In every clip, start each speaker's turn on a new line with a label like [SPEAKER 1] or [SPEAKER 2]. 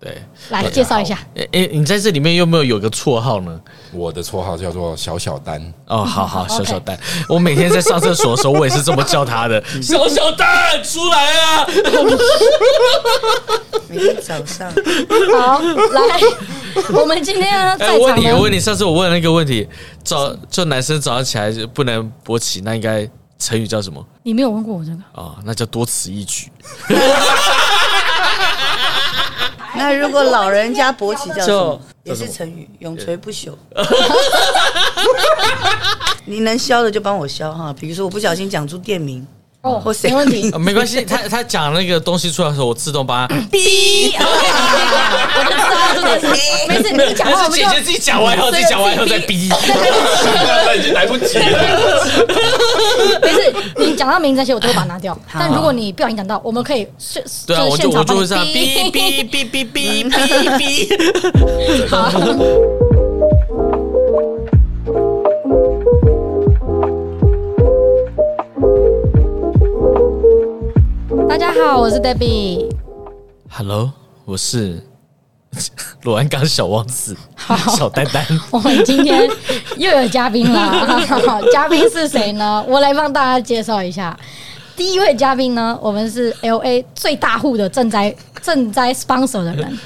[SPEAKER 1] 对，
[SPEAKER 2] 来介绍一下。
[SPEAKER 1] 哎、诶你在这里面有没有有个绰号呢？
[SPEAKER 3] 我的绰号叫做小小 丹，
[SPEAKER 1] 哦，好好，小
[SPEAKER 2] 嗯 OK
[SPEAKER 1] 小蛋，我每天在上厕所的时候，我也是这么叫他 的，小小蛋出来啊！
[SPEAKER 4] 每天早上
[SPEAKER 2] 好，来，我们今天呢
[SPEAKER 1] 哎，
[SPEAKER 2] 在
[SPEAKER 1] 我
[SPEAKER 2] 场
[SPEAKER 1] 问你，我问
[SPEAKER 2] 呢，
[SPEAKER 1] 你，上次我问了那个问题，早就男生早上起来不能勃起，那应该成语叫什么
[SPEAKER 2] 你没有问过我这个，
[SPEAKER 1] 啊、那叫多此一举，
[SPEAKER 4] 那如果老人家勃起叫什么
[SPEAKER 1] 就？
[SPEAKER 4] 也是成语，永垂不朽。你能消的就帮我消哈，比如说我不小心讲出店名
[SPEAKER 2] 哦
[SPEAKER 4] 或谁
[SPEAKER 2] 没问题
[SPEAKER 1] 啊、没关 系。他他讲那个东西出来的时候，我自动把它。
[SPEAKER 2] ，B，我就知道 这个是， 没事，你一讲 话我
[SPEAKER 1] 还是
[SPEAKER 2] 们
[SPEAKER 1] 姐
[SPEAKER 2] 就
[SPEAKER 1] 姐自己讲完以后，自己讲完以后再逼。
[SPEAKER 3] 那已经来不及了。
[SPEAKER 2] 没事，你讲到名字那些我都会把它拿掉，但如果你不小心讲到，我们可以是，
[SPEAKER 1] 对啊，
[SPEAKER 2] 是
[SPEAKER 1] 我就
[SPEAKER 2] 现场
[SPEAKER 1] 我就会这
[SPEAKER 2] 帮
[SPEAKER 1] 样
[SPEAKER 2] 你
[SPEAKER 1] 逼逼逼逼逼逼逼。
[SPEAKER 2] 好，大家好，我是 Debbie。
[SPEAKER 1] Hello，我是 罗安刚小王子，小丹丹。
[SPEAKER 2] 我们今天又有嘉宾了， 嘉宾是谁呢？我来帮大家介绍一下。第一位嘉宾呢，我们是 L A 最大户的赈灾赈灾 sponsor 的 人，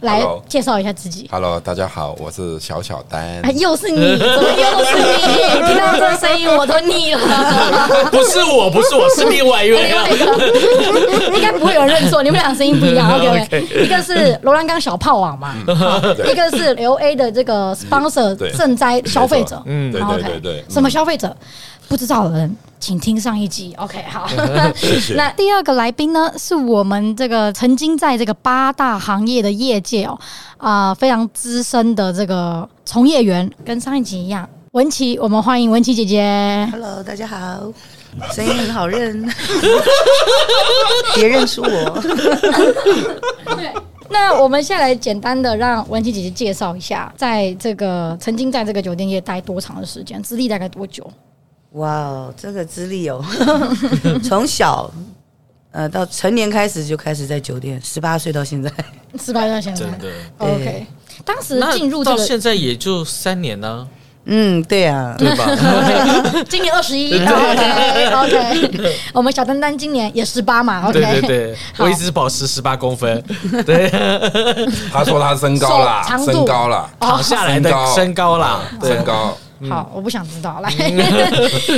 [SPEAKER 2] 来
[SPEAKER 3] Hello
[SPEAKER 2] 介绍一下自己。
[SPEAKER 3] Hello，大家好，我是小小丹
[SPEAKER 2] 啊，。又是你，怎么又是你？ 听到这个声音我都腻 了。
[SPEAKER 1] 不是我，不是我，是另外一位啊
[SPEAKER 2] 另外一个 应该不会有人认错，你们俩声音不一 样。OK，, o k 一个是罗兰刚小炮网嘛，好一个是 LA 的这个 sponsor
[SPEAKER 3] 嗯对
[SPEAKER 2] 赈灾消费者。
[SPEAKER 3] 嗯对对
[SPEAKER 2] 好
[SPEAKER 3] 对
[SPEAKER 2] OK
[SPEAKER 3] 对
[SPEAKER 2] 什么消费者？不知道的人，请听上一集。OK，好。
[SPEAKER 3] 谢
[SPEAKER 2] 那第二个来宾呢，是我们这个曾经在这个八大行业的业界哦，啊、非常资深的这个从业员，跟上一集一样。文琪，我们欢迎文琪姐姐。
[SPEAKER 4] Hello，大家好，声音很好认，别认出我。
[SPEAKER 2] 那我们现在来简单的让文琪姐姐介绍一下，在这个曾经在这个酒店业待多长的时间，资历大概多久？
[SPEAKER 4] 哇哦，这个资历哦，从小呃到成年开始就开始在酒店，十八岁到现在。
[SPEAKER 2] 是吧？到现在
[SPEAKER 1] 真的。
[SPEAKER 2] OK，当时
[SPEAKER 1] 那
[SPEAKER 2] 进入这
[SPEAKER 1] 到
[SPEAKER 2] 个
[SPEAKER 1] 现在也就三年 呢、
[SPEAKER 4] 嗯，对啊，
[SPEAKER 1] 对吧？
[SPEAKER 2] 今年二十一，OK OK，我们小丹丹今年也十八嘛，OK，
[SPEAKER 1] 对对对，
[SPEAKER 2] 好
[SPEAKER 1] 我一直保持十八公分，
[SPEAKER 3] 他说他身高
[SPEAKER 2] 手
[SPEAKER 3] 啦，
[SPEAKER 2] 长度
[SPEAKER 3] 身高啦，
[SPEAKER 2] 哦
[SPEAKER 1] 躺下来的
[SPEAKER 3] 身高
[SPEAKER 1] 身高啦，对
[SPEAKER 3] 身高。
[SPEAKER 1] 嗯
[SPEAKER 2] 好，我不想知道，来，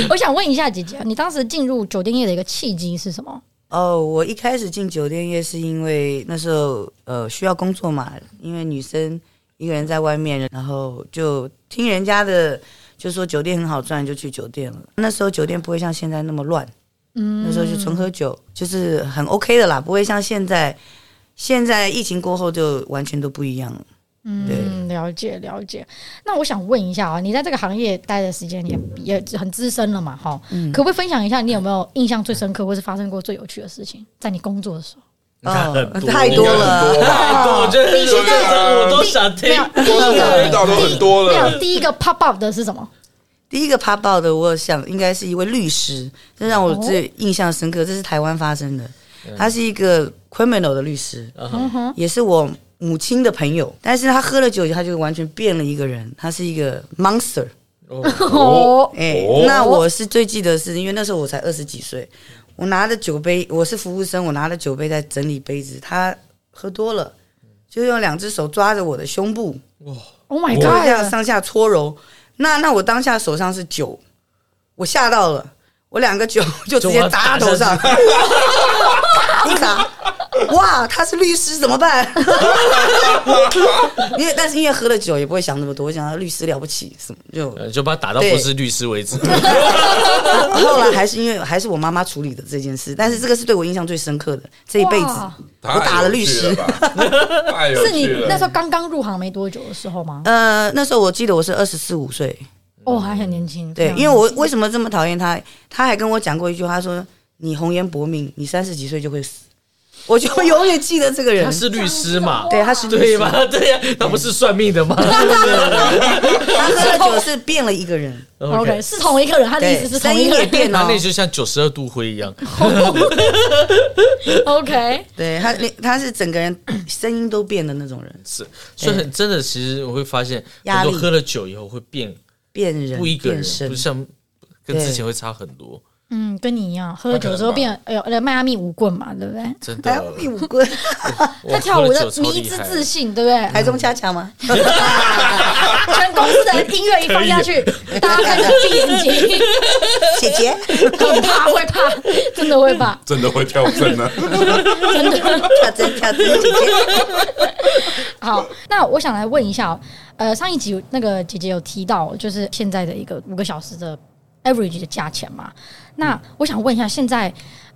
[SPEAKER 2] 我想问一下姐姐，你当时进入酒店业的一个契机是什么？
[SPEAKER 4] 哦，我一开始进酒店业是因为那时候呃需要工作嘛，因为女生一个人在外面，然后就听人家的就说酒店很好赚，就去酒店了。那时候酒店不会像现在那么乱，嗯，那时候就纯喝酒，就是很 OK 的啦，不会像现在。现在疫情过后就完全都不一样了。
[SPEAKER 2] 嗯，了解了解。那我想问一下啊，你在这个行业待的时间也也很资深了嘛，哈、可不可以分享一下你有没有印象最深刻，或是发生过最有趣的事情，在你工作的时候？
[SPEAKER 4] 哦，太多了，
[SPEAKER 1] 太多，我觉得有这种我都想听
[SPEAKER 2] 没。有，第
[SPEAKER 3] 多
[SPEAKER 2] 一
[SPEAKER 3] 了，
[SPEAKER 2] 个
[SPEAKER 3] 遇到都很多
[SPEAKER 2] 没
[SPEAKER 3] 了
[SPEAKER 2] 有，。第一个 pop up 的是什么？
[SPEAKER 4] 第一个爬爆的，我想应该是一位律师，这让我最印象深刻。这是台湾发生的，他是一个 criminal 的律师，
[SPEAKER 1] 啊
[SPEAKER 2] 嗯
[SPEAKER 4] 也是我母亲的朋友，但是他喝了酒，他就完全变了一个人，他是一个 monster。
[SPEAKER 2] 哦，
[SPEAKER 4] 哎、
[SPEAKER 3] 哦
[SPEAKER 4] 那我是最记得是因为那时候我才二十几岁，我拿着酒杯，我是服务生，我拿着酒杯在整理杯子，他喝多了，就用两只手抓着我的胸部，
[SPEAKER 2] Oh my
[SPEAKER 4] 就这样
[SPEAKER 2] god！
[SPEAKER 4] 上下搓揉。那那我当下手上是酒，我吓到了，我两个酒就直接砸他头上， 一砸，哇，他是律师怎么办？ 因为但是因为喝了酒也不会想那么多，我想他律师了不起什么就。
[SPEAKER 1] 呃就把他打到
[SPEAKER 4] 对
[SPEAKER 1] 不是律师为止。
[SPEAKER 4] 后来还是因为还是我妈妈处理的这件事，但是这个是对我印象最深刻的这一辈子。
[SPEAKER 2] 哇
[SPEAKER 4] 我打了律
[SPEAKER 3] 太
[SPEAKER 4] 师
[SPEAKER 3] 有趣了吧， 太有
[SPEAKER 2] 是你
[SPEAKER 3] 趣了。
[SPEAKER 2] 那时候刚刚入行没多久的时候吗？
[SPEAKER 4] 呃，那时候我记得我是二十四五岁，
[SPEAKER 2] 哦，还很年轻。
[SPEAKER 4] 嗯对，
[SPEAKER 2] 非常
[SPEAKER 4] 因为我
[SPEAKER 2] 年轻
[SPEAKER 4] 为什么这么讨厌他？他还跟我讲过一句话，他说：“你红颜薄命，你三十几岁就会死。”我就永远记得这个人
[SPEAKER 1] 他。是律师
[SPEAKER 2] 哦
[SPEAKER 1] 嘛？
[SPEAKER 4] 对，他是律
[SPEAKER 1] 对
[SPEAKER 4] 师
[SPEAKER 1] 吧？？对呀、他不是算命的吗
[SPEAKER 4] 他喝了酒是变了一个人，
[SPEAKER 2] OK，是同一个人，他的意思
[SPEAKER 4] 对，
[SPEAKER 2] 是
[SPEAKER 4] 声
[SPEAKER 2] 同一
[SPEAKER 4] 音
[SPEAKER 2] 个
[SPEAKER 4] 也
[SPEAKER 2] 人。
[SPEAKER 4] 变
[SPEAKER 1] 他
[SPEAKER 4] 了
[SPEAKER 1] 那。就像九十二度灰一样，
[SPEAKER 2] OK，
[SPEAKER 4] 对 他，那他是整个人声音都变的那种人，
[SPEAKER 1] 是，所以很真的，其实我会发现，
[SPEAKER 4] 压
[SPEAKER 1] 很
[SPEAKER 4] 力
[SPEAKER 1] 多喝了酒以后会变
[SPEAKER 4] 变人
[SPEAKER 1] 不一个人，
[SPEAKER 4] 变身
[SPEAKER 1] 不。像跟之前会差很多，
[SPEAKER 2] 嗯，跟你一样，喝了酒之后变，哎呦，那迈阿密舞棍嘛，对不对？
[SPEAKER 1] 真
[SPEAKER 4] 哎
[SPEAKER 1] 的。，
[SPEAKER 4] 第五棍，
[SPEAKER 1] 我
[SPEAKER 2] 他跳舞
[SPEAKER 1] 喝了酒
[SPEAKER 2] 的
[SPEAKER 1] 超
[SPEAKER 2] 迷
[SPEAKER 1] 厉
[SPEAKER 2] 之
[SPEAKER 1] 害
[SPEAKER 2] 自信，对不对？
[SPEAKER 4] 台中恰恰 吗？
[SPEAKER 2] 全公司的音乐一放下去，
[SPEAKER 1] 啊
[SPEAKER 2] 大家开始闭眼 睛，
[SPEAKER 4] 姐姐，
[SPEAKER 2] 很怕，会怕，真的会怕，
[SPEAKER 3] 真的会跳针啊呢。
[SPEAKER 2] 真的。
[SPEAKER 4] 跳针跳针，姐姐。
[SPEAKER 2] 好，那我想来问一下哦，呃，上一集那个姐姐有提到，就是现在的一个五个小时的 average 的价钱嘛？
[SPEAKER 4] 嗯
[SPEAKER 2] 那我想问一下，现在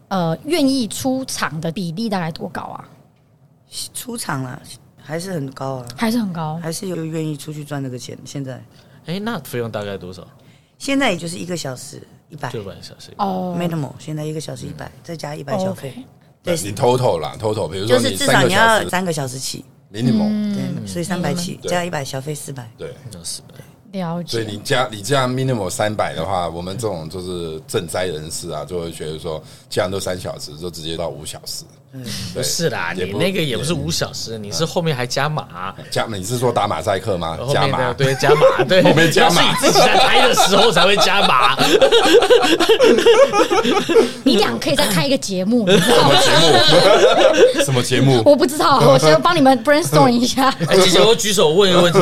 [SPEAKER 2] 呃，愿意出场的比例大概多高啊？
[SPEAKER 4] 出场了，还是很高啊，
[SPEAKER 2] 还是很高？
[SPEAKER 4] 还是有愿意出去赚这个钱。现在，
[SPEAKER 1] 哎，那费用大概多少？
[SPEAKER 4] 现在也就是一个小时一百
[SPEAKER 1] 对半小时。
[SPEAKER 2] 哦
[SPEAKER 4] m i n i m u 现在一个小时一百，再加一百
[SPEAKER 1] 哦
[SPEAKER 4] 小费，
[SPEAKER 2] ，OK，
[SPEAKER 4] 对，
[SPEAKER 3] 你 total 啦，total，比如
[SPEAKER 4] 就
[SPEAKER 3] 说
[SPEAKER 4] 是至
[SPEAKER 3] 三
[SPEAKER 4] 少
[SPEAKER 3] 个
[SPEAKER 4] 你要
[SPEAKER 3] 小时
[SPEAKER 4] 三个小时起，
[SPEAKER 2] 嗯
[SPEAKER 3] minimum，
[SPEAKER 4] 对，所以三百起
[SPEAKER 3] 对
[SPEAKER 4] 加一百小费四百，
[SPEAKER 3] 对。
[SPEAKER 1] 那是吧
[SPEAKER 2] 了
[SPEAKER 3] 所以
[SPEAKER 2] 解。
[SPEAKER 3] 你加你加 minimum 三百的话，我们这种就是赈灾人士啊，就会觉得说，既然都三小时，就直接到五小时。
[SPEAKER 2] 嗯
[SPEAKER 1] 不是啦，
[SPEAKER 3] 也
[SPEAKER 1] 你
[SPEAKER 3] 不
[SPEAKER 1] 那个也不是嗯五小时，你是后面还加码，
[SPEAKER 3] 加，你是说打马赛克吗？
[SPEAKER 1] 后
[SPEAKER 3] 加
[SPEAKER 1] 面
[SPEAKER 3] 码
[SPEAKER 1] 的对嗯加 码，对，
[SPEAKER 3] 后面加码
[SPEAKER 1] 那是你自己在拍的时候才会加 码。
[SPEAKER 2] 你俩可以再开一个节 目，你知道吗
[SPEAKER 3] 什么节目？
[SPEAKER 2] 我不知道，我先帮你们 brainstorm 一下。
[SPEAKER 1] 哎，姐姐，我举手问一个问 题，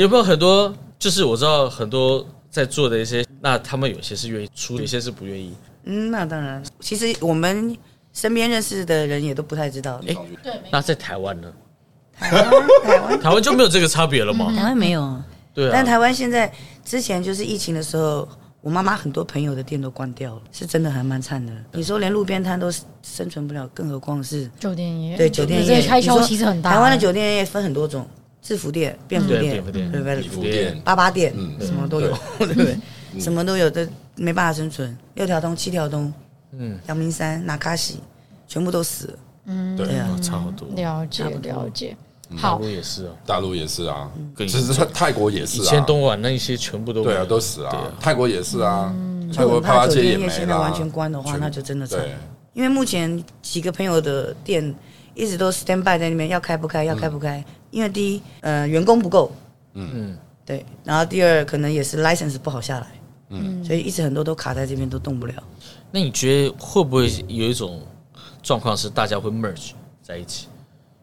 [SPEAKER 1] 有没有很多？就是我知道很多在座的一些，那他们有些是愿意出，有些是不愿意。
[SPEAKER 4] 嗯，那当然，其实我们身边认识的人也都不太知道，
[SPEAKER 1] 哎那在台湾呢？
[SPEAKER 4] 台湾台湾
[SPEAKER 1] 台湾就没有这个差别了吗？
[SPEAKER 4] 台湾没有，
[SPEAKER 1] 对
[SPEAKER 4] 但
[SPEAKER 1] 啊，
[SPEAKER 4] 台湾现在之前就是疫情的时候，我妈妈很多朋友的店都关掉了，是真的还蛮惨的。你说连路边摊都生存不了，更何况是
[SPEAKER 2] 酒店业，
[SPEAKER 4] 对酒店
[SPEAKER 2] 嗯这
[SPEAKER 4] 业
[SPEAKER 2] 个开销
[SPEAKER 4] 你说
[SPEAKER 2] 其实很大。哎
[SPEAKER 4] 台湾的酒店业分很多种，制服店、便服
[SPEAKER 1] 对
[SPEAKER 4] 店
[SPEAKER 1] 便服、店
[SPEAKER 4] 对不
[SPEAKER 3] 礼
[SPEAKER 4] 对
[SPEAKER 3] 服店、
[SPEAKER 4] 八八店，
[SPEAKER 3] 嗯
[SPEAKER 4] 什么都有，对不对？什么都有，这没办法生存。六条通、七条通，
[SPEAKER 1] 嗯，
[SPEAKER 4] 阳明山、纳卡西，全部都死了。
[SPEAKER 3] 嗯对
[SPEAKER 4] 对，啊，
[SPEAKER 1] 差好多。
[SPEAKER 2] 了解了解。
[SPEAKER 1] 大
[SPEAKER 3] 嗯
[SPEAKER 2] 好
[SPEAKER 1] 陆，也是啊，
[SPEAKER 3] 大陆也是啊，
[SPEAKER 1] 更
[SPEAKER 3] 其实泰国也
[SPEAKER 1] 以
[SPEAKER 3] 是
[SPEAKER 1] 前
[SPEAKER 3] 啊，
[SPEAKER 1] 东莞那一些全部都
[SPEAKER 3] 对啊，都
[SPEAKER 1] 是
[SPEAKER 3] 死
[SPEAKER 1] 对
[SPEAKER 3] 啊
[SPEAKER 1] 啊，
[SPEAKER 3] 泰国也是啊，泰
[SPEAKER 4] 就
[SPEAKER 3] 国
[SPEAKER 4] 很
[SPEAKER 3] 帕
[SPEAKER 4] 怕
[SPEAKER 3] 拉
[SPEAKER 4] 酒
[SPEAKER 3] 街也
[SPEAKER 4] 店业
[SPEAKER 3] 没
[SPEAKER 4] 现
[SPEAKER 3] 了
[SPEAKER 4] 在
[SPEAKER 3] 啊，
[SPEAKER 4] 完全关的话，
[SPEAKER 3] 全
[SPEAKER 4] 那就真的惨。
[SPEAKER 3] 对，
[SPEAKER 4] 因为目前几个朋友的店一直都 stand by 在那边，要开不开，要开不开。因为第一，呃，员工不够，
[SPEAKER 1] 嗯，
[SPEAKER 4] 对，然后第二可能也是 license 不好下来，
[SPEAKER 2] 嗯
[SPEAKER 4] 所以一直很多都卡在这边都动不了。
[SPEAKER 1] 那你觉得会不会有一种状况是大家会 merge 在一起？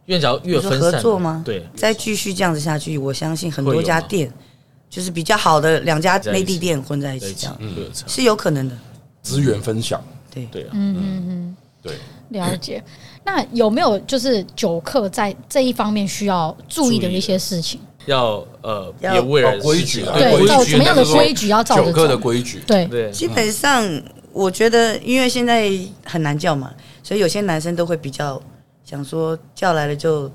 [SPEAKER 1] 因为只要越
[SPEAKER 4] 你说
[SPEAKER 1] 分散
[SPEAKER 4] 合作吗？
[SPEAKER 1] 对，
[SPEAKER 4] 再继续这样子下去，我相信很
[SPEAKER 1] 会
[SPEAKER 4] 多
[SPEAKER 1] 有
[SPEAKER 4] 家
[SPEAKER 1] 吗
[SPEAKER 4] 店就是比较好的两家
[SPEAKER 1] 在一
[SPEAKER 4] 内
[SPEAKER 1] 起
[SPEAKER 4] 地店混在一
[SPEAKER 1] 在一
[SPEAKER 4] 起，
[SPEAKER 1] 起
[SPEAKER 4] 这样
[SPEAKER 3] 嗯
[SPEAKER 1] 会有差，
[SPEAKER 4] 是有可能的。
[SPEAKER 3] 资源分享，
[SPEAKER 4] 对，
[SPEAKER 1] 对啊，
[SPEAKER 2] 嗯嗯嗯，
[SPEAKER 3] 对，
[SPEAKER 2] 了解。那有没有就是酒客在这一方面需要注意的一些事情？
[SPEAKER 1] 要呃
[SPEAKER 4] 要
[SPEAKER 1] 别为人
[SPEAKER 3] 哦规
[SPEAKER 1] 事情
[SPEAKER 3] 矩啊
[SPEAKER 1] 对规
[SPEAKER 3] 对
[SPEAKER 1] 矩
[SPEAKER 2] 照什么样的
[SPEAKER 3] 那就是说
[SPEAKER 2] 规矩要照着
[SPEAKER 3] 酒客的
[SPEAKER 2] 走？
[SPEAKER 3] 规矩，
[SPEAKER 2] 对，
[SPEAKER 1] 对，
[SPEAKER 4] 基本上我觉得，因为现在很难叫嘛，所以有些男生都会比较想说叫来了就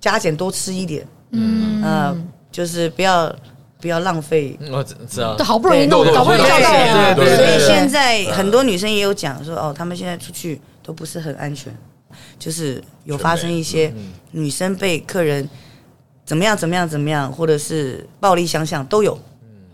[SPEAKER 4] 加减多吃一点，
[SPEAKER 2] 嗯，
[SPEAKER 4] 呃，就是不要不好浪费。
[SPEAKER 1] 嗯我知知道
[SPEAKER 2] 都，好不容易弄
[SPEAKER 3] 对，对
[SPEAKER 2] 好不容易叫到
[SPEAKER 1] 对
[SPEAKER 2] 了，
[SPEAKER 1] 对对
[SPEAKER 4] 所以
[SPEAKER 1] 对
[SPEAKER 4] 现在很多女生也有讲说，哦，她们现在出去都不是很安全，就是有发生一些女生被客人怎么样怎么样怎么样，或者是暴力相向都有，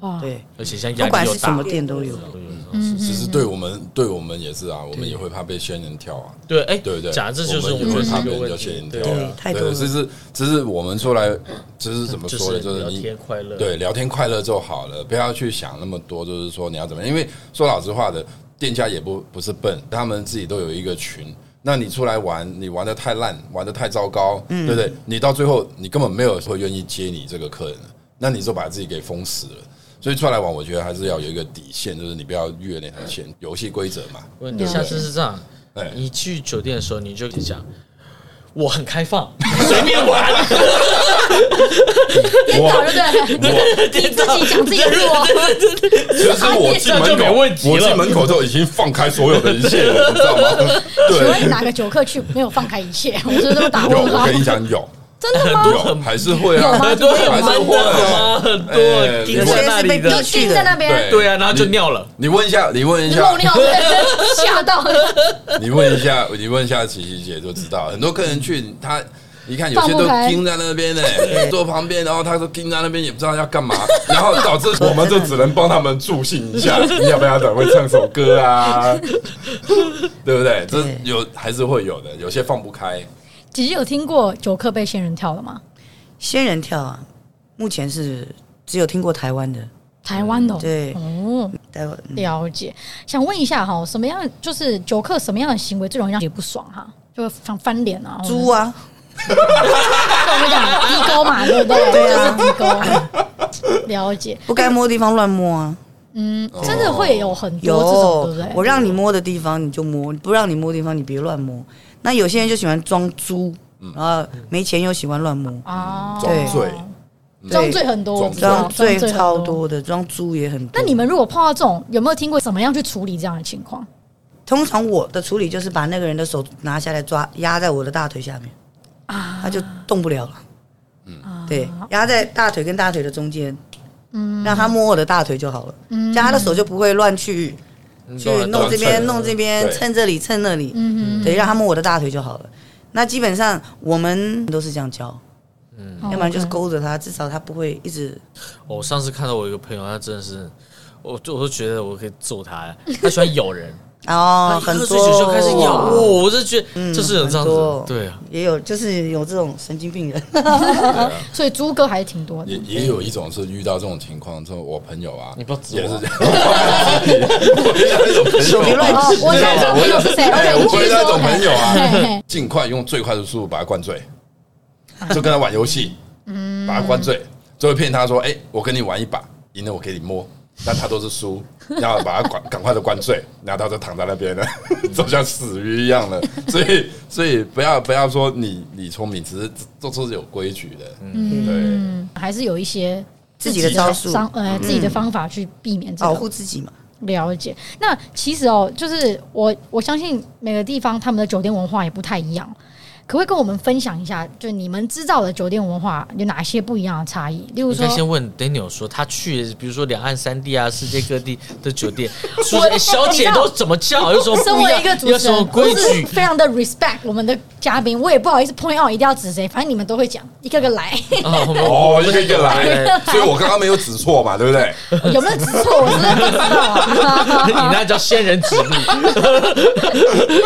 [SPEAKER 2] 哇，
[SPEAKER 4] 对，
[SPEAKER 1] 而且像压
[SPEAKER 4] 不管
[SPEAKER 1] 力又
[SPEAKER 4] 是什
[SPEAKER 1] 大
[SPEAKER 4] 么，店都有。嗯
[SPEAKER 1] 都有
[SPEAKER 2] 嗯
[SPEAKER 3] 其实对我们对我们也是啊，我们也会怕被仙人跳啊。
[SPEAKER 1] 对，哎，
[SPEAKER 3] 对不对？
[SPEAKER 1] 讲这就是
[SPEAKER 3] 我
[SPEAKER 1] 我
[SPEAKER 3] 们
[SPEAKER 1] 觉得是
[SPEAKER 3] 也会怕
[SPEAKER 1] 一
[SPEAKER 3] 别
[SPEAKER 1] 个
[SPEAKER 3] 人
[SPEAKER 1] 问
[SPEAKER 3] 叫仙人
[SPEAKER 1] 题，
[SPEAKER 3] 跳
[SPEAKER 1] 对
[SPEAKER 3] 啊，
[SPEAKER 1] 啊
[SPEAKER 4] 对太多了
[SPEAKER 3] 只是只是我们出来，只是怎么说呢？就是
[SPEAKER 1] 聊
[SPEAKER 3] 你
[SPEAKER 1] 天快乐，啊
[SPEAKER 3] 对聊天快乐就好了，不要去想那么多，就是说你要怎么样。因为说老实话的，店家也不不是笨，他们自己都有一个群。那你出来玩，你玩的太烂，玩的太糟糕，对不对？你到最后，你根本没有人会愿意接你这个客人，那你就把自己给封死了。所以出来玩，我觉得还是要有一个底线，就是你不要越那条线，游戏规则嘛。
[SPEAKER 1] 问题下次是这样
[SPEAKER 3] 哎，
[SPEAKER 1] 你去酒店的时候，你就讲我很开 放，随便玩，
[SPEAKER 2] 嗯颠倒对 不对？你自己讲自己啊弱，
[SPEAKER 3] 就是我进
[SPEAKER 1] 这样就
[SPEAKER 3] 门
[SPEAKER 1] 没
[SPEAKER 3] 口，
[SPEAKER 1] 问题了
[SPEAKER 3] 我进门口就已经放开所有的一切 了，你知道吗？
[SPEAKER 2] 请问
[SPEAKER 3] 对，
[SPEAKER 2] 哪个酒客去没有放开一切？我觉得这么打
[SPEAKER 3] 有
[SPEAKER 2] 问
[SPEAKER 3] 我
[SPEAKER 2] 号
[SPEAKER 3] 跟。你讲有，
[SPEAKER 2] 真的吗？
[SPEAKER 1] 多
[SPEAKER 3] 有
[SPEAKER 1] 很
[SPEAKER 3] 还是会
[SPEAKER 2] 有
[SPEAKER 3] 啊，
[SPEAKER 2] 吗
[SPEAKER 3] 还
[SPEAKER 1] 很
[SPEAKER 3] 是
[SPEAKER 1] 多很
[SPEAKER 3] 会
[SPEAKER 1] 闷的好吗？很
[SPEAKER 3] 哎
[SPEAKER 1] 多盯在那里
[SPEAKER 4] 有
[SPEAKER 2] 你
[SPEAKER 1] 的
[SPEAKER 4] 些，是被
[SPEAKER 2] 盯在那边，
[SPEAKER 1] 对啊，然后就尿了。
[SPEAKER 3] 你问一下，你问一
[SPEAKER 2] 你
[SPEAKER 3] 下
[SPEAKER 2] 漏，尿对不对， 吓到
[SPEAKER 3] 你问一下，你问一下琪琪姐就知道，很多客人去他。你看，有
[SPEAKER 2] 放
[SPEAKER 3] 些都
[SPEAKER 2] 不开
[SPEAKER 3] 盯在那边呢，坐旁边，然后他都盯在那边，也不知道要 干嘛，然后导致我们就只能帮他们助兴 一下，你要不要等会唱首歌啊？对不对？这
[SPEAKER 4] 对
[SPEAKER 3] 有还是会有的，有些放不开。
[SPEAKER 2] 姐姐有听过九克被仙人跳的吗？
[SPEAKER 4] 仙人跳啊，目前是只有听过台湾的，
[SPEAKER 2] 台湾的哦
[SPEAKER 4] 对
[SPEAKER 2] 哦，
[SPEAKER 4] 待会嗯
[SPEAKER 2] 了解。想问一下哈，什么样就是九克什么样的行为最容易让姐不爽哈？就想翻脸啊，
[SPEAKER 4] 猪啊，
[SPEAKER 2] 或者我们讲低沟嘛，对不对？
[SPEAKER 4] 对啊
[SPEAKER 2] 就是低沟。了解，
[SPEAKER 4] 不该摸的地方乱摸啊，
[SPEAKER 2] 嗯，真的会有很
[SPEAKER 4] 哦有
[SPEAKER 2] 多这种，对不对？
[SPEAKER 4] 我让你摸的地方你就摸，不让你摸的地方你别乱摸。那有些人就喜欢装猪，然后没钱又喜欢乱摸，
[SPEAKER 2] 啊，
[SPEAKER 3] 装醉
[SPEAKER 4] 对
[SPEAKER 2] 装醉很多，我
[SPEAKER 3] 装
[SPEAKER 2] 知道
[SPEAKER 4] 装醉
[SPEAKER 2] 很
[SPEAKER 4] 超多的，装猪也很多。
[SPEAKER 2] 那你们如果碰到这种，有没有听过怎么样去处理这样的情况？
[SPEAKER 4] 通常我的处理就是把那个人的手拿下来抓，压在我的大腿下面，
[SPEAKER 2] 啊
[SPEAKER 4] 他就动不了了。
[SPEAKER 2] 啊
[SPEAKER 4] 对，压在大腿跟大腿的中间，嗯，让他摸我的大腿就好了，
[SPEAKER 2] 嗯
[SPEAKER 4] 这样他的手就不会乱去去弄这边弄这边，
[SPEAKER 3] 对
[SPEAKER 4] 嗯蹭这里蹭那里，
[SPEAKER 2] 嗯
[SPEAKER 4] 对，让他摸我的大腿就好了。那基本上我们都是这样教，
[SPEAKER 2] 嗯
[SPEAKER 4] 要不然就是
[SPEAKER 2] OK
[SPEAKER 4] 勾着他，至少他不会一直
[SPEAKER 1] 我上次看到我一个朋友，他真的是，我就我就觉得我可以揍他，他喜欢咬人，
[SPEAKER 4] 哦，
[SPEAKER 1] 他
[SPEAKER 4] 很
[SPEAKER 1] 一喝
[SPEAKER 4] 多
[SPEAKER 1] 醉酒就开始咬，
[SPEAKER 4] 哇
[SPEAKER 1] 哦我就觉得
[SPEAKER 4] 嗯
[SPEAKER 1] 这是有这样
[SPEAKER 4] 很多
[SPEAKER 1] 子，对啊，
[SPEAKER 4] 也有就是有这种神经病人，
[SPEAKER 2] 所以猪哥还挺多的
[SPEAKER 3] 也。也有一种是遇到这种情况之后，我朋友啊，
[SPEAKER 1] 你不要指我
[SPEAKER 3] 也是这样， 我遇到那种朋
[SPEAKER 4] 手别
[SPEAKER 3] 友
[SPEAKER 4] 乱
[SPEAKER 3] 啊，
[SPEAKER 2] 哦，我想说朋友是谁
[SPEAKER 3] 哎
[SPEAKER 2] ？OK，你
[SPEAKER 3] 我
[SPEAKER 2] 继
[SPEAKER 3] 遇
[SPEAKER 2] 续
[SPEAKER 3] 到那
[SPEAKER 2] 说
[SPEAKER 3] 种。朋友
[SPEAKER 2] 嘿嘿
[SPEAKER 3] 啊，
[SPEAKER 2] 嘿
[SPEAKER 3] 尽快用最快的速度把他灌醉，就跟他玩游戏，把他灌醉，最后骗他说：“哎，我跟你玩一把，赢了我给你摸。”但他都是输，然后把他赶赶快的灌醉，然后他就躺在那边了， 走向死鱼一样了。所以，所以不要不要说你你聪明，只是这这是有规矩的，嗯，对。
[SPEAKER 2] 嗯，还是有一些
[SPEAKER 4] 自己的招数嗯哦
[SPEAKER 2] 商呃自己的方法去避免这
[SPEAKER 4] 保
[SPEAKER 2] 个
[SPEAKER 4] 护自己嘛。
[SPEAKER 2] 了解。那其实哦，就是我我相信每个地方他们的酒店文化也不太一样，可不可以跟我们分享一下，就你们知道的酒店文化有哪些不一样的差异？例如
[SPEAKER 1] 应
[SPEAKER 2] 说
[SPEAKER 1] 该，先问 Daniel 说，他去比如说两岸三地啊，世界各地的酒店，说
[SPEAKER 2] 我
[SPEAKER 1] 哎小姐都怎么叫，有什么
[SPEAKER 2] 身
[SPEAKER 1] 不
[SPEAKER 2] 为
[SPEAKER 1] 一
[SPEAKER 2] 一个
[SPEAKER 1] 样，
[SPEAKER 2] 主
[SPEAKER 1] 有
[SPEAKER 2] 持
[SPEAKER 1] 什么
[SPEAKER 2] 人，
[SPEAKER 1] 规
[SPEAKER 2] 我是
[SPEAKER 1] 矩？
[SPEAKER 2] 非常的 respect 我们的嘉宾，我也不好意思 point out 一定要指谁，反正你们都会讲，一个个来，
[SPEAKER 1] 啊 我们
[SPEAKER 3] 哦，一个一个来，
[SPEAKER 2] 对
[SPEAKER 3] 所以我刚刚没有指错嘛，对不对？
[SPEAKER 2] 有没有指错？我真的不知道
[SPEAKER 1] 你
[SPEAKER 2] 啊。
[SPEAKER 1] 那叫仙人指路，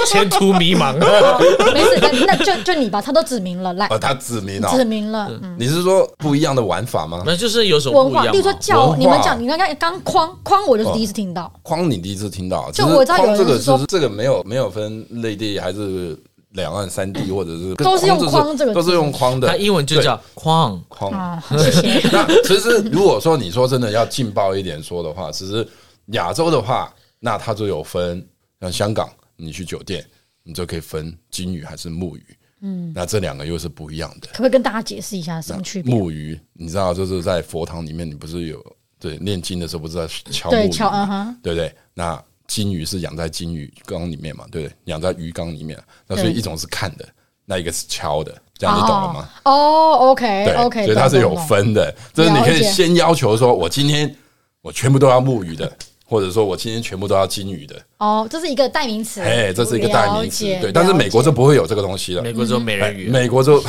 [SPEAKER 1] 前途迷茫。
[SPEAKER 2] 哦没事，那那就就你吧，他都指明了，来
[SPEAKER 3] 哦，他指明
[SPEAKER 2] 指
[SPEAKER 3] 哦，
[SPEAKER 2] 明了，嗯，
[SPEAKER 3] 你是说不一样的玩法吗？
[SPEAKER 1] 那就是有什么
[SPEAKER 2] 文
[SPEAKER 1] 不一
[SPEAKER 2] 化，
[SPEAKER 1] 样
[SPEAKER 2] 例如说
[SPEAKER 1] 吗？
[SPEAKER 3] 啊文
[SPEAKER 2] 叫
[SPEAKER 3] 化
[SPEAKER 2] 你们讲，你刚刚刚框框，我就是第一次听到，
[SPEAKER 3] 框你第一次听到，
[SPEAKER 2] 就
[SPEAKER 3] 只是
[SPEAKER 2] 我知道有人
[SPEAKER 3] 框这个
[SPEAKER 2] 是说
[SPEAKER 3] 其实这个没有没有分内地还是两岸三地，或者是
[SPEAKER 2] 都是用
[SPEAKER 3] 就
[SPEAKER 2] 框这个字
[SPEAKER 3] 都是用框的，
[SPEAKER 1] 他英文就叫框。
[SPEAKER 3] 对框。
[SPEAKER 2] 啊，谢谢。
[SPEAKER 3] 那其实如果说你说真的要劲爆一点说的话，其实亚洲的话，那它就有分，像香港你去酒店，你就可以分金鱼还是木鱼，嗯，那这两个又是不一样的。
[SPEAKER 2] 可不可以跟大家解释一下什么区别？
[SPEAKER 3] 木鱼，你知道，就是在佛堂里面，你不是有对念经的时候，不是在敲木
[SPEAKER 2] 对，
[SPEAKER 3] 鱼
[SPEAKER 2] 乔，嗯
[SPEAKER 3] 嘛，
[SPEAKER 2] 哼，
[SPEAKER 3] 对不对？那金鱼是养在金鱼缸里面嘛，对不对？养在鱼缸里面，那所以
[SPEAKER 2] 对
[SPEAKER 3] 一种是看的，那一个是敲的，这样你懂了吗？
[SPEAKER 2] 哦
[SPEAKER 3] 对
[SPEAKER 2] ，OK OK，
[SPEAKER 3] 所以它是有分的，就是你可
[SPEAKER 2] 了
[SPEAKER 3] 以
[SPEAKER 2] 解
[SPEAKER 3] 先要求说，我今天我全部都要木鱼的，或者说我今天全部都要金鱼的，
[SPEAKER 2] 哦，这是一个代名词，
[SPEAKER 3] 哎，这是一个代名词
[SPEAKER 2] 了解，
[SPEAKER 3] 对。但是美国
[SPEAKER 2] 了解
[SPEAKER 3] 就不会有这个东西了
[SPEAKER 1] 美，国只有美人鱼，
[SPEAKER 3] 嗯美国就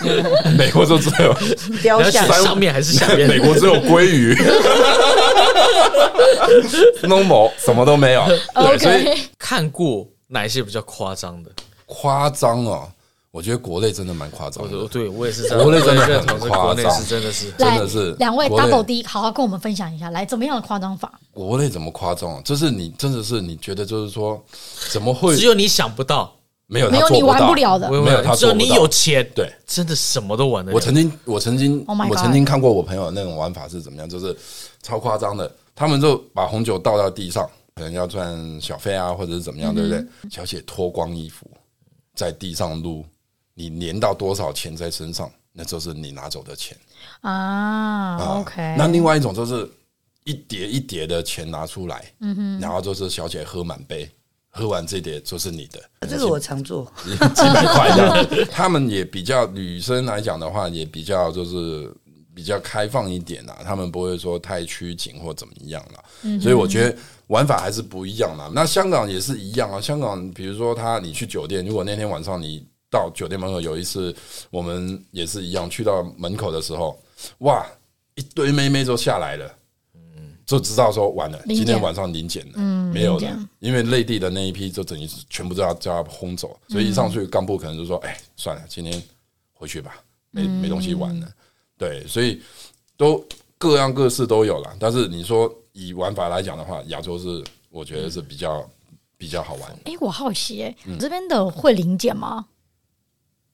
[SPEAKER 3] 美国就只有
[SPEAKER 4] 雕
[SPEAKER 1] 你要
[SPEAKER 4] 像
[SPEAKER 1] 选上面还是下面？
[SPEAKER 3] 美国只有鲑鱼，normal 什么都没有。对，所以
[SPEAKER 2] OK，
[SPEAKER 1] 看过哪一些比较夸张的？
[SPEAKER 3] 夸张哦，我觉得国内真的蛮夸张
[SPEAKER 1] 我
[SPEAKER 3] 的。
[SPEAKER 1] 对我也是这样，
[SPEAKER 3] 国内真的
[SPEAKER 1] 我也认
[SPEAKER 3] 很
[SPEAKER 1] 同是
[SPEAKER 3] 夸
[SPEAKER 1] 国内
[SPEAKER 3] 张
[SPEAKER 1] 是真的是
[SPEAKER 2] 来
[SPEAKER 3] 真的是
[SPEAKER 2] 两位
[SPEAKER 3] 国内
[SPEAKER 2] double D，好好跟我们分享一下，来怎么样的夸张法？
[SPEAKER 3] 国内怎么夸张啊？就是你真的是你觉得就是说，怎么会
[SPEAKER 1] 只有你想不到，
[SPEAKER 3] 没有
[SPEAKER 2] 没
[SPEAKER 3] 他
[SPEAKER 2] 有
[SPEAKER 3] 做
[SPEAKER 2] 你玩
[SPEAKER 3] 到
[SPEAKER 2] 不了的
[SPEAKER 1] 我也
[SPEAKER 3] 没有他
[SPEAKER 1] 只有
[SPEAKER 3] 做不
[SPEAKER 1] 你
[SPEAKER 3] 到
[SPEAKER 1] 有钱，
[SPEAKER 3] 对，
[SPEAKER 1] 真的什么都玩得了。
[SPEAKER 3] 我曾经，我曾经
[SPEAKER 2] Oh my God
[SPEAKER 3] 我曾经看过我朋友那种玩法是怎么样，就是超夸张的。他们就把红酒倒到地上，可能要赚小费啊，或者是怎么
[SPEAKER 2] 嗯
[SPEAKER 3] 样，对不对？小姐脱光衣服在地上撸，你粘到多少钱在身上，那就是你拿走的钱
[SPEAKER 2] 啊，OK，
[SPEAKER 3] 那另外一种就是一叠一叠的钱拿出来，嗯哼，然后就是小姐喝满杯，喝完这碟就是你的，
[SPEAKER 4] 这个我常做。
[SPEAKER 3] 几百块这样。 他们也比较女生来讲的话，也比较就是比较开放一点啦，啊他们不会说太拘谨或怎么样啦。
[SPEAKER 2] 嗯
[SPEAKER 3] 所以我觉得玩法还是不一样啦。那香港也是一样啊，香港比如说他你去酒店，如果那天晚上你到酒店门口，有一次我们也是一样，去到门口的时候，哇，一堆妹妹都下来了。就知道说完了，
[SPEAKER 2] 嗯零
[SPEAKER 3] 今
[SPEAKER 2] 点
[SPEAKER 3] 天晚上零检了，没有
[SPEAKER 2] 零
[SPEAKER 3] 了
[SPEAKER 2] 检，
[SPEAKER 3] 因为内地的那一批就等于是全部都要叫他轰走，
[SPEAKER 2] 嗯
[SPEAKER 3] 所以一上去干部可能就说：“哎，算了，今天回去吧，没
[SPEAKER 2] 嗯
[SPEAKER 3] 没东西玩了。”对，所以都各样各式都有了。但是你说以玩法来讲的话，亚洲是我觉得是比
[SPEAKER 2] 嗯
[SPEAKER 3] 较比较好玩。
[SPEAKER 2] 哎、我好奇、哎、
[SPEAKER 3] 嗯
[SPEAKER 2] 这边的会零检吗？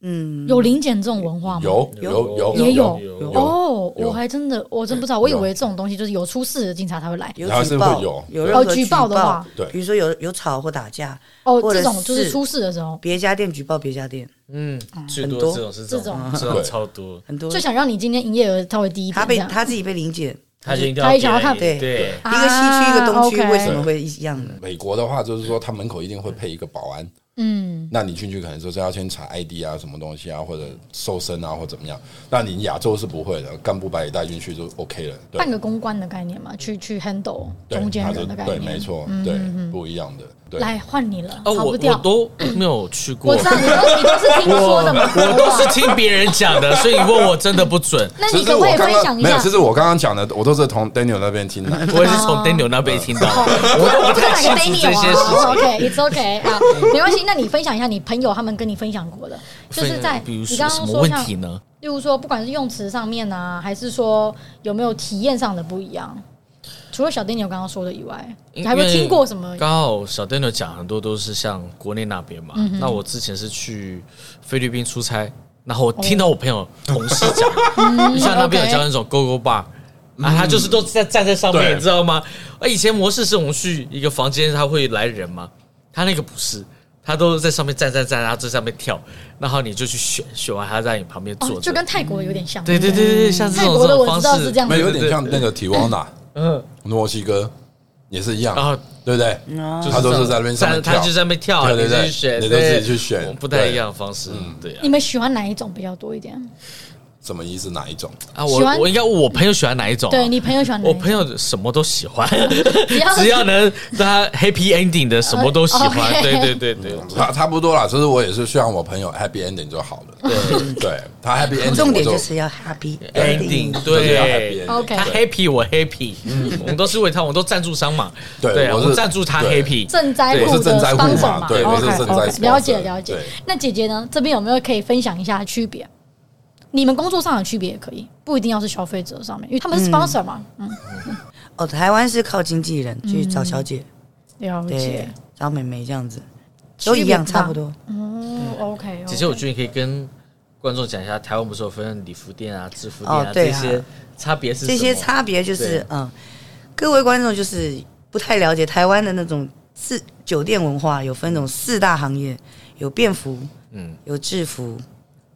[SPEAKER 4] 嗯，
[SPEAKER 2] 有零检这种文化吗？
[SPEAKER 3] 有
[SPEAKER 1] 有
[SPEAKER 3] 有有
[SPEAKER 2] 也有
[SPEAKER 3] 有
[SPEAKER 2] 哦，
[SPEAKER 3] 有
[SPEAKER 2] 我还真的我真不知道，我以为这种东西就是有出事的警察才会来。
[SPEAKER 4] 有
[SPEAKER 3] 还
[SPEAKER 4] 举
[SPEAKER 3] 是
[SPEAKER 4] 报，
[SPEAKER 3] 会有
[SPEAKER 4] 有
[SPEAKER 3] 对
[SPEAKER 4] 任何
[SPEAKER 2] 哦举报的话
[SPEAKER 3] 对
[SPEAKER 4] 比如说有有吵或打架，
[SPEAKER 2] 哦，
[SPEAKER 4] 或者
[SPEAKER 2] 这种就是
[SPEAKER 4] 是
[SPEAKER 2] 出事的时候，
[SPEAKER 4] 别家店举报别家店，
[SPEAKER 1] 嗯，最
[SPEAKER 4] 很
[SPEAKER 1] 多
[SPEAKER 4] 多
[SPEAKER 1] 这种是这
[SPEAKER 2] 这
[SPEAKER 1] 种
[SPEAKER 2] 种，
[SPEAKER 1] 这种
[SPEAKER 3] 对
[SPEAKER 1] 超多，
[SPEAKER 4] 很多
[SPEAKER 2] 就想让你今天营业额稍微低一
[SPEAKER 4] 他
[SPEAKER 2] 点。
[SPEAKER 4] 被
[SPEAKER 2] 这样
[SPEAKER 4] 他自己被临检，
[SPEAKER 1] 他就一定
[SPEAKER 2] 他
[SPEAKER 1] 要
[SPEAKER 2] 也想要看
[SPEAKER 1] 便宜
[SPEAKER 4] 对
[SPEAKER 1] 对
[SPEAKER 4] 一个西区一个东区，
[SPEAKER 2] 啊，OK
[SPEAKER 4] 为什么会一样的？
[SPEAKER 3] 美国的话，就是说他门口一定会配一个保安，
[SPEAKER 2] 嗯，
[SPEAKER 3] 那你进去可能就是要先查 ID 啊，什么东西啊，或者瘦身啊，或怎么样。那你亚洲是不会的，干部把你带进去就 OK 了。对
[SPEAKER 2] 半个公关的概念嘛，去去 handle
[SPEAKER 3] 对
[SPEAKER 2] 中间
[SPEAKER 3] 他
[SPEAKER 2] 人
[SPEAKER 3] 是
[SPEAKER 2] 的概
[SPEAKER 3] 对，
[SPEAKER 2] 念。嗯
[SPEAKER 3] 没错，对，不一样的。对，
[SPEAKER 2] 来换你了，
[SPEAKER 1] 哦，
[SPEAKER 2] 逃
[SPEAKER 1] 我
[SPEAKER 2] 不掉
[SPEAKER 1] 我。都没有去过，
[SPEAKER 2] 我知道你都你都是听说的嘛，
[SPEAKER 1] 我都是听别人讲的，所以你问我真的不准。。
[SPEAKER 2] 那
[SPEAKER 3] 其
[SPEAKER 2] 你
[SPEAKER 3] 实
[SPEAKER 2] 可不可
[SPEAKER 3] 我
[SPEAKER 2] 以
[SPEAKER 3] 刚
[SPEAKER 2] 分
[SPEAKER 3] 刚
[SPEAKER 2] 享一
[SPEAKER 3] 没有，
[SPEAKER 2] 下？
[SPEAKER 3] 其实我刚刚讲的，我都是从 Daniel 那边听来
[SPEAKER 1] 我也是
[SPEAKER 2] 哦
[SPEAKER 1] 从 Daniel 那边听到的，我都不
[SPEAKER 2] 这
[SPEAKER 1] 太
[SPEAKER 2] 哪
[SPEAKER 1] 清
[SPEAKER 2] 个 d a
[SPEAKER 1] 楚这
[SPEAKER 2] n
[SPEAKER 1] 些事情。
[SPEAKER 2] 啊 OK，It's OK 啊，没关系。那你分享一下你朋友他们跟你分享过的，就是在
[SPEAKER 1] 比如
[SPEAKER 2] 你
[SPEAKER 1] 说
[SPEAKER 2] 刚
[SPEAKER 1] 什
[SPEAKER 2] 刚
[SPEAKER 1] 么
[SPEAKER 2] 说
[SPEAKER 1] 问
[SPEAKER 2] 像，
[SPEAKER 1] 题呢？
[SPEAKER 2] 例如说不管是用词上面啊，还是说有没有体验上的不一样，除了小 d a n 刚刚说的以外，你还没有听过什么？
[SPEAKER 1] 刚好小 Daniel 讲很多都是像国内那边
[SPEAKER 2] 嗯
[SPEAKER 1] 嘛，那我之前是去菲律宾出差，然后我听到我朋友同事 讲，就像那边有
[SPEAKER 2] 哦嗯 OK
[SPEAKER 1] 叫那种 GoGo Bar。啊，他就是都在站在上面，
[SPEAKER 3] 对
[SPEAKER 1] 你知道吗？啊，以前模式是我们去一个房间，他会来人嘛，他那个不是，他都在上面站站站，然后在上面跳，然后你就去选，选完他在你旁边坐着、
[SPEAKER 2] 哦，就跟泰国有点像。
[SPEAKER 1] 嗯对对对对对，像这
[SPEAKER 2] 泰
[SPEAKER 1] 种
[SPEAKER 2] 国
[SPEAKER 1] 这
[SPEAKER 2] 的
[SPEAKER 1] 种
[SPEAKER 2] 我
[SPEAKER 1] 方
[SPEAKER 2] 知道
[SPEAKER 1] 式
[SPEAKER 2] 是这样
[SPEAKER 3] 没
[SPEAKER 2] 子。
[SPEAKER 3] 有有点像那个 Tijuana，
[SPEAKER 1] 嗯，
[SPEAKER 3] 墨西哥也是一样，
[SPEAKER 1] 然后
[SPEAKER 3] 对不对？
[SPEAKER 1] 啊就
[SPEAKER 3] 他都是在那边上面
[SPEAKER 1] 他
[SPEAKER 3] 跳
[SPEAKER 1] 就在那边跳，
[SPEAKER 3] 对对对
[SPEAKER 1] 你自己选，
[SPEAKER 3] 你都自己去选嗯
[SPEAKER 1] 对不太一样的方式，对啊
[SPEAKER 2] 你。们喜欢哪一种比较多一点？
[SPEAKER 1] 哦
[SPEAKER 3] 什么意思？哪一种？
[SPEAKER 1] 啊，
[SPEAKER 2] 喜欢
[SPEAKER 1] 我我应该问我朋友喜欢哪一种啊？
[SPEAKER 2] 对你朋友喜欢哪一
[SPEAKER 1] 我
[SPEAKER 2] 种？
[SPEAKER 1] 朋友什么都喜欢，
[SPEAKER 2] 只要
[SPEAKER 1] 只要能让他 happy ending 的什么都喜欢
[SPEAKER 2] 呃，，OK
[SPEAKER 1] 对对对对
[SPEAKER 3] 差差不多啦，其实我也是希望我朋友 happy ending 就好了。
[SPEAKER 1] 对
[SPEAKER 3] 对他 happy ending，
[SPEAKER 4] 重点
[SPEAKER 3] 我
[SPEAKER 4] 就是要 happy ending。
[SPEAKER 1] ，ending
[SPEAKER 3] 就是要 happy
[SPEAKER 1] 对
[SPEAKER 3] ending。
[SPEAKER 2] OK
[SPEAKER 1] 他 happy 我 happy，我嗯们都是为他，我们都赞助商嘛，
[SPEAKER 3] 对
[SPEAKER 1] 对啊，
[SPEAKER 3] 我
[SPEAKER 1] 我
[SPEAKER 3] 是
[SPEAKER 1] 们赞助他
[SPEAKER 3] 对
[SPEAKER 1] happy，
[SPEAKER 2] 赈灾
[SPEAKER 3] 我
[SPEAKER 2] 户
[SPEAKER 3] 是赈
[SPEAKER 2] 的
[SPEAKER 3] 灾户嘛
[SPEAKER 2] sponsor 嘛，哦
[SPEAKER 3] 对我是
[SPEAKER 2] OK，
[SPEAKER 3] 赈灾
[SPEAKER 2] OK，
[SPEAKER 3] sponsor，
[SPEAKER 2] 了解了解
[SPEAKER 3] 对。
[SPEAKER 2] 那姐姐呢？这边有没有可以分享一下区别？你们工作上的区别也可以，不一定要是消费者上面，因为他们是 sponsor 嘛。嗯，
[SPEAKER 4] 哦，台湾是靠经纪人去找小姐，
[SPEAKER 2] 嗯了
[SPEAKER 4] 对
[SPEAKER 2] 解，，
[SPEAKER 4] 找美眉这样子，
[SPEAKER 2] 区
[SPEAKER 4] 都
[SPEAKER 2] 别
[SPEAKER 4] 一样，
[SPEAKER 2] 不大
[SPEAKER 4] 差不。多。
[SPEAKER 2] 嗯，OK，
[SPEAKER 1] 姐姐，我觉得你可以跟观众讲一下，台湾不是有分礼服店啊、制服店
[SPEAKER 4] 哦
[SPEAKER 1] 啊
[SPEAKER 4] 对
[SPEAKER 1] 这
[SPEAKER 4] 啊
[SPEAKER 1] 些差别是
[SPEAKER 4] 这
[SPEAKER 1] 什
[SPEAKER 4] 些
[SPEAKER 1] 么
[SPEAKER 4] 差别就
[SPEAKER 1] 对
[SPEAKER 4] 是，嗯，各位观众就是不太了解台湾的那种四酒店文化，有分那种四大行业，有便服，
[SPEAKER 1] 嗯
[SPEAKER 4] 嗯，有制服，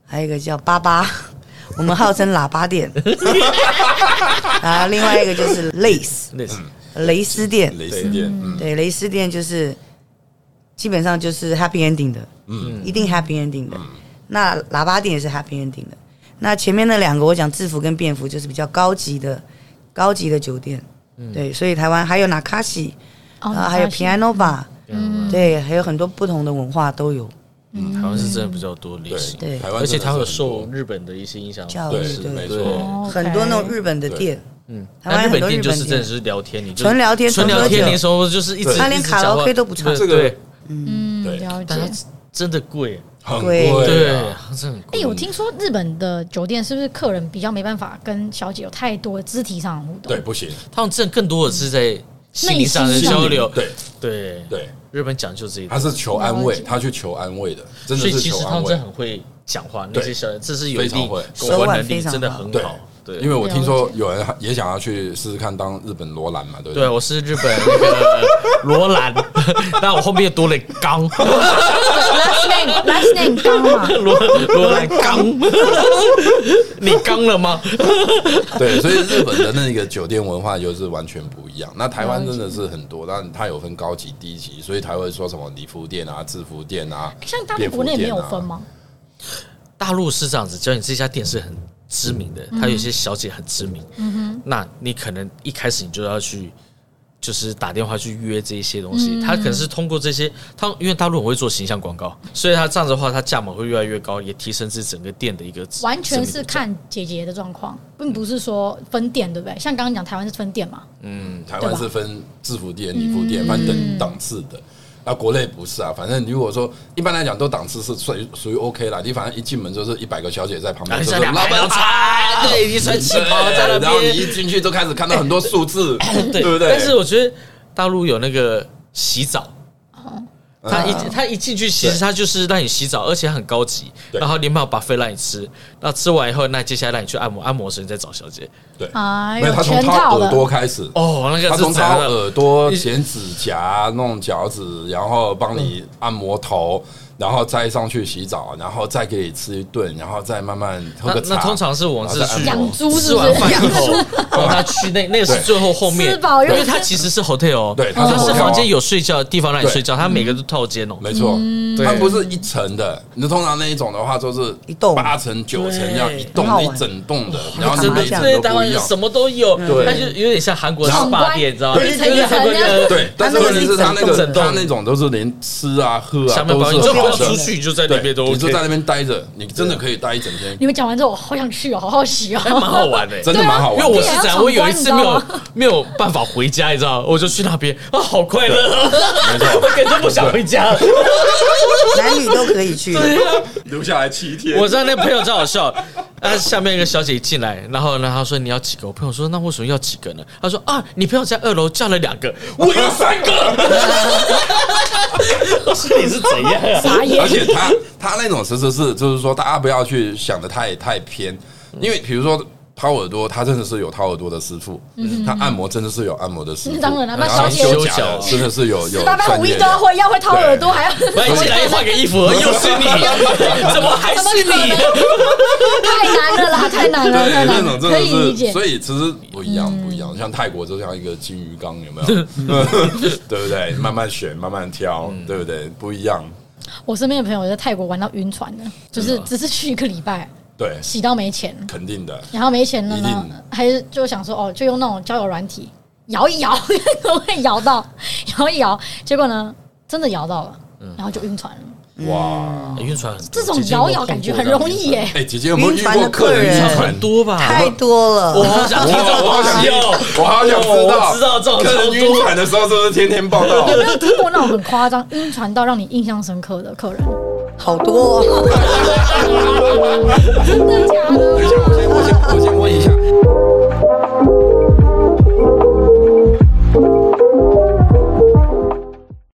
[SPEAKER 4] 还有一个叫巴巴， 我们号称喇 叭店，然后另外一个就是 lace
[SPEAKER 1] 类似
[SPEAKER 4] 蕾丝店，
[SPEAKER 3] 蕾丝店，嗯，
[SPEAKER 4] 对，蕾丝店就是基本上就是 happy ending 的，嗯，一定 happy ending 的。那喇叭店也是 happy ending 的。那前面那两个我讲制服跟便服就是比较高级的，高级的酒店，
[SPEAKER 1] 嗯
[SPEAKER 4] 对，所以台湾还有 Nakashi，
[SPEAKER 2] 哦
[SPEAKER 4] 啊，还有 Piano Bar，
[SPEAKER 1] 嗯，
[SPEAKER 4] 对，还有很多不同的文化都有。
[SPEAKER 3] 嗯
[SPEAKER 1] 台湾是真的比较多类型，
[SPEAKER 4] 对
[SPEAKER 3] 台湾
[SPEAKER 1] 而且
[SPEAKER 3] 真的是
[SPEAKER 1] 它有
[SPEAKER 3] 很
[SPEAKER 1] 受
[SPEAKER 3] 多
[SPEAKER 1] 日本的一些影响，
[SPEAKER 4] 教
[SPEAKER 3] 对
[SPEAKER 4] 育
[SPEAKER 1] 是
[SPEAKER 4] 对
[SPEAKER 3] 没
[SPEAKER 1] 对
[SPEAKER 3] 错。
[SPEAKER 2] 哦
[SPEAKER 4] 很多那种日
[SPEAKER 2] 本
[SPEAKER 4] 本的店，
[SPEAKER 1] 嗯，
[SPEAKER 4] 台湾
[SPEAKER 1] 那日
[SPEAKER 4] 很
[SPEAKER 1] 本
[SPEAKER 4] 多
[SPEAKER 1] 店
[SPEAKER 4] 日
[SPEAKER 1] 就
[SPEAKER 4] 本
[SPEAKER 1] 是
[SPEAKER 4] 店
[SPEAKER 1] 真的是聊天，你就是
[SPEAKER 4] 纯聊天
[SPEAKER 1] 纯聊
[SPEAKER 4] 纯喝
[SPEAKER 1] 天
[SPEAKER 4] 酒
[SPEAKER 1] 那时候就是一直
[SPEAKER 4] 对他连
[SPEAKER 1] 一直讲话
[SPEAKER 4] 卡拉 OK 都不唱
[SPEAKER 1] 对
[SPEAKER 3] 这个
[SPEAKER 1] 对，
[SPEAKER 2] 嗯，
[SPEAKER 3] 对
[SPEAKER 2] 了解
[SPEAKER 1] 但。它真的贵，
[SPEAKER 3] 很
[SPEAKER 4] 贵
[SPEAKER 3] 啊
[SPEAKER 1] 对，真的很贵。
[SPEAKER 2] 哎，我听说日本的酒店是不是客人比较没办法跟小姐有太多肢体上的互动？
[SPEAKER 3] 对，不行，
[SPEAKER 1] 他们真的更多的是在心理上的
[SPEAKER 2] 内心上
[SPEAKER 1] 交流，
[SPEAKER 3] 对
[SPEAKER 1] 对，
[SPEAKER 3] 对，
[SPEAKER 1] 日本讲究这一
[SPEAKER 3] 他
[SPEAKER 1] 点，
[SPEAKER 3] 是求安
[SPEAKER 2] 了
[SPEAKER 3] 慰，
[SPEAKER 2] 解
[SPEAKER 3] 他去求安慰的，真
[SPEAKER 1] 所
[SPEAKER 3] 的
[SPEAKER 1] 以
[SPEAKER 3] 是
[SPEAKER 1] 其
[SPEAKER 3] 求
[SPEAKER 1] 实他
[SPEAKER 3] 安
[SPEAKER 1] 们真
[SPEAKER 3] 慰
[SPEAKER 1] 的。很会讲话，那
[SPEAKER 3] 对
[SPEAKER 1] 些小人这是有一定
[SPEAKER 3] 非常会
[SPEAKER 1] 沟通能
[SPEAKER 4] 手腕非
[SPEAKER 1] 力，
[SPEAKER 4] 常好
[SPEAKER 1] 真的很
[SPEAKER 3] 对
[SPEAKER 1] 好。对
[SPEAKER 3] 因为我听
[SPEAKER 2] 了
[SPEAKER 3] 说
[SPEAKER 2] 解
[SPEAKER 3] 有人也想要去试试看当日本罗兰嘛，对不
[SPEAKER 1] 对，我啊是日本那个罗兰， 但我后面又多了一个刚，
[SPEAKER 2] last name last name 刚 嘛，
[SPEAKER 1] 罗 罗兰刚，你刚了吗？
[SPEAKER 3] 对，所以日本的那个酒店文化就是完全不一样。那台湾真的是很多，但它有分高级、低级，所以才会说什么礼服店啊、制服店啊。
[SPEAKER 2] 像他们国内没有分吗？
[SPEAKER 1] 大陆是这样子，只要你这家店是很知名的，
[SPEAKER 2] 嗯
[SPEAKER 1] 它有些小姐很知名，那你可能一开始你就要去。就是打电话去约这一些东
[SPEAKER 2] 嗯
[SPEAKER 1] 西，他可能是通过这些，他因为大陆很会做形象广告，所以他这样子的话，他价码会越来越高，也提升至整个店的一个知
[SPEAKER 2] 完全
[SPEAKER 1] 知名
[SPEAKER 2] 是
[SPEAKER 1] 度
[SPEAKER 2] 看姐姐的状况，并不是说分店，对不对？像刚刚讲台湾是分店嘛，
[SPEAKER 3] 嗯，台湾是分制服店、礼服店，反正等档次的。那国内不是啊，反正如果说一般来讲都档次是属于属于 OK 啦，你反正一进门就是一百个小姐在旁边，
[SPEAKER 1] 然后就是
[SPEAKER 3] 就
[SPEAKER 1] 哎两
[SPEAKER 3] 老
[SPEAKER 1] 百
[SPEAKER 3] 板哎
[SPEAKER 1] 老茶，对，你穿旗
[SPEAKER 3] 对
[SPEAKER 1] 袍在那
[SPEAKER 3] 然后你
[SPEAKER 1] 边，
[SPEAKER 3] 一进去就开始看到很多 数字，对不对？
[SPEAKER 1] 但是我觉得大陆有那个洗澡。他一
[SPEAKER 3] 嗯
[SPEAKER 1] 他一进去，其实
[SPEAKER 3] 对
[SPEAKER 1] 他就是让你洗澡，而且很高级，
[SPEAKER 3] 对
[SPEAKER 1] 然后连把把费让你吃，那吃完以后，那接下来让你去按摩，按摩的时候你再找小姐。
[SPEAKER 3] 对，
[SPEAKER 2] 哎
[SPEAKER 3] 没有
[SPEAKER 2] 呦，
[SPEAKER 3] 他从
[SPEAKER 2] 全
[SPEAKER 3] 掏
[SPEAKER 2] 套的
[SPEAKER 3] 耳，朵开始，
[SPEAKER 1] 哦，那个
[SPEAKER 3] 他
[SPEAKER 1] 是
[SPEAKER 3] 从
[SPEAKER 1] 怎
[SPEAKER 3] 掏
[SPEAKER 1] 样的？
[SPEAKER 3] 耳朵、剪指甲、弄脚趾，然后帮你按摩头，然后再上去洗澡，然后再给你吃一顿，然后再慢慢呃喝
[SPEAKER 1] 那
[SPEAKER 3] 个
[SPEAKER 1] 那
[SPEAKER 3] 茶。
[SPEAKER 1] 通常是我们是
[SPEAKER 3] 然后再
[SPEAKER 1] 去
[SPEAKER 3] 按摩
[SPEAKER 2] 养猪是
[SPEAKER 1] 吃
[SPEAKER 2] 不
[SPEAKER 1] 完
[SPEAKER 2] 是？
[SPEAKER 1] 饭以后，然后他去那那个是
[SPEAKER 3] 对
[SPEAKER 1] 最后后面
[SPEAKER 2] 吃饱，又
[SPEAKER 1] 因为他其实是 hotel，哦
[SPEAKER 3] 对它
[SPEAKER 1] 他
[SPEAKER 3] 是
[SPEAKER 1] 是
[SPEAKER 3] hotel 啊
[SPEAKER 1] 房间有睡觉的地方让你
[SPEAKER 3] 对
[SPEAKER 1] 睡觉，他每个都套间哦。
[SPEAKER 3] 没错，
[SPEAKER 1] 对
[SPEAKER 3] 它不是一层的，你通常那一种的话都是
[SPEAKER 4] 嗯一栋
[SPEAKER 3] 八层、九层这样
[SPEAKER 1] 对
[SPEAKER 3] 一
[SPEAKER 4] 很好
[SPEAKER 3] 栋
[SPEAKER 4] 玩
[SPEAKER 3] 一整栋的，
[SPEAKER 1] 哦
[SPEAKER 3] 然后你
[SPEAKER 4] 打麻
[SPEAKER 3] 每一
[SPEAKER 4] 将
[SPEAKER 3] 层
[SPEAKER 1] 对，
[SPEAKER 3] 都
[SPEAKER 1] 台
[SPEAKER 3] 不
[SPEAKER 1] 湾
[SPEAKER 3] 一
[SPEAKER 1] 人
[SPEAKER 3] 样。
[SPEAKER 1] 什么都有，
[SPEAKER 3] 对
[SPEAKER 1] 它就有点像韩国的
[SPEAKER 2] 闯
[SPEAKER 1] SPA
[SPEAKER 2] 关
[SPEAKER 1] 店，你知道吗？
[SPEAKER 2] 对
[SPEAKER 1] 就是有
[SPEAKER 2] 很
[SPEAKER 1] 点
[SPEAKER 2] 像
[SPEAKER 3] 对，但是
[SPEAKER 4] 它那
[SPEAKER 3] 问
[SPEAKER 4] 个
[SPEAKER 3] 题是
[SPEAKER 4] 是
[SPEAKER 3] 他那个
[SPEAKER 1] 整栋
[SPEAKER 3] 他那种都是连吃啊喝啊
[SPEAKER 1] 下面
[SPEAKER 3] 都
[SPEAKER 1] 包
[SPEAKER 3] 是
[SPEAKER 1] 你就不
[SPEAKER 3] 好
[SPEAKER 1] 要
[SPEAKER 3] 的
[SPEAKER 1] 出去，你就在里面都
[SPEAKER 3] 对你就
[SPEAKER 1] OK
[SPEAKER 3] 在那边待着，你真的可以待一整天，
[SPEAKER 2] 你们讲完之后，我好想去哦，好好奇哦，
[SPEAKER 1] 还 蛮好玩的、
[SPEAKER 3] 真的蛮好
[SPEAKER 1] 因为
[SPEAKER 3] 玩
[SPEAKER 1] 我
[SPEAKER 3] 的。
[SPEAKER 1] 是这样，我有一次没有没有办法回家，你知道吗，我就去那边啊，好快乐啊，
[SPEAKER 3] 没错
[SPEAKER 1] 我根本就不想回家了。
[SPEAKER 4] 男女都可以去。
[SPEAKER 3] 留下来七天
[SPEAKER 1] 我 知道那朋友超好笑，那下面一个小姐一进来，然后呢，她说你要几个？我朋友说那为什么要几个呢？她说啊，你朋友在二楼叫了两个，我要三个。我说你是怎样啊？
[SPEAKER 2] 傻眼
[SPEAKER 3] 而。且他他那种其实是就是说，大家不要去想的太太偏，因为比如说。掏耳朵，他真的是有掏耳朵的师傅，他按摩真的是有按摩的师傅，
[SPEAKER 2] 当然了那
[SPEAKER 3] 后
[SPEAKER 1] 小姐
[SPEAKER 3] 修脚的真的是有有
[SPEAKER 2] 八八
[SPEAKER 3] 专
[SPEAKER 2] 五一
[SPEAKER 3] 业
[SPEAKER 2] 都要
[SPEAKER 3] 的。
[SPEAKER 2] 会，要会掏耳朵，还要
[SPEAKER 1] 来进来换个衣 服，又是你，怎么还是你？
[SPEAKER 2] 太难了 啦，太难了，太难
[SPEAKER 3] 对，那
[SPEAKER 2] 了，
[SPEAKER 3] 种真
[SPEAKER 2] 可以理
[SPEAKER 3] 的
[SPEAKER 2] 解
[SPEAKER 3] 是，。所以其实不一样，不一样。像泰国就像一个金鱼缸，有没有？ 对不对？慢慢选，慢慢挑，
[SPEAKER 1] 嗯
[SPEAKER 3] 对不对？不一样，
[SPEAKER 2] 我身边的朋友在泰国玩到晕船的，就是
[SPEAKER 3] 啊
[SPEAKER 1] 真的
[SPEAKER 2] 只是去一个礼拜，
[SPEAKER 3] 对，
[SPEAKER 2] 洗到没钱，
[SPEAKER 3] 肯定的。
[SPEAKER 2] 然后没钱了
[SPEAKER 3] 一
[SPEAKER 2] 呢
[SPEAKER 3] 定，
[SPEAKER 2] 还是就想说哦，就用那种交友软体摇一摇， 都会摇到，摇一摇，结果呢，真的摇到了，
[SPEAKER 3] 嗯
[SPEAKER 2] 然后就晕船了。
[SPEAKER 3] 哇，
[SPEAKER 1] 哎晕船很多
[SPEAKER 2] 这种摇摇感觉很容 易耶、
[SPEAKER 3] 哎，姐姐有没有遇
[SPEAKER 4] 晕船
[SPEAKER 3] 过
[SPEAKER 4] 的
[SPEAKER 3] 客人
[SPEAKER 4] 客
[SPEAKER 3] 晕
[SPEAKER 4] 人
[SPEAKER 3] 船
[SPEAKER 1] 很？多吧？
[SPEAKER 4] 太多
[SPEAKER 1] 我
[SPEAKER 4] 了，
[SPEAKER 1] 好想知道，
[SPEAKER 3] 我好想
[SPEAKER 1] 知
[SPEAKER 3] 听
[SPEAKER 1] 道，
[SPEAKER 3] 我好想知道，
[SPEAKER 1] 我知道这种
[SPEAKER 3] 客人
[SPEAKER 1] 超
[SPEAKER 3] 晕
[SPEAKER 1] 多
[SPEAKER 3] 船的时候是不是天天报道
[SPEAKER 2] 有？没有听过那种很夸张晕船到让你印象深刻的客人？
[SPEAKER 4] 好多、哦。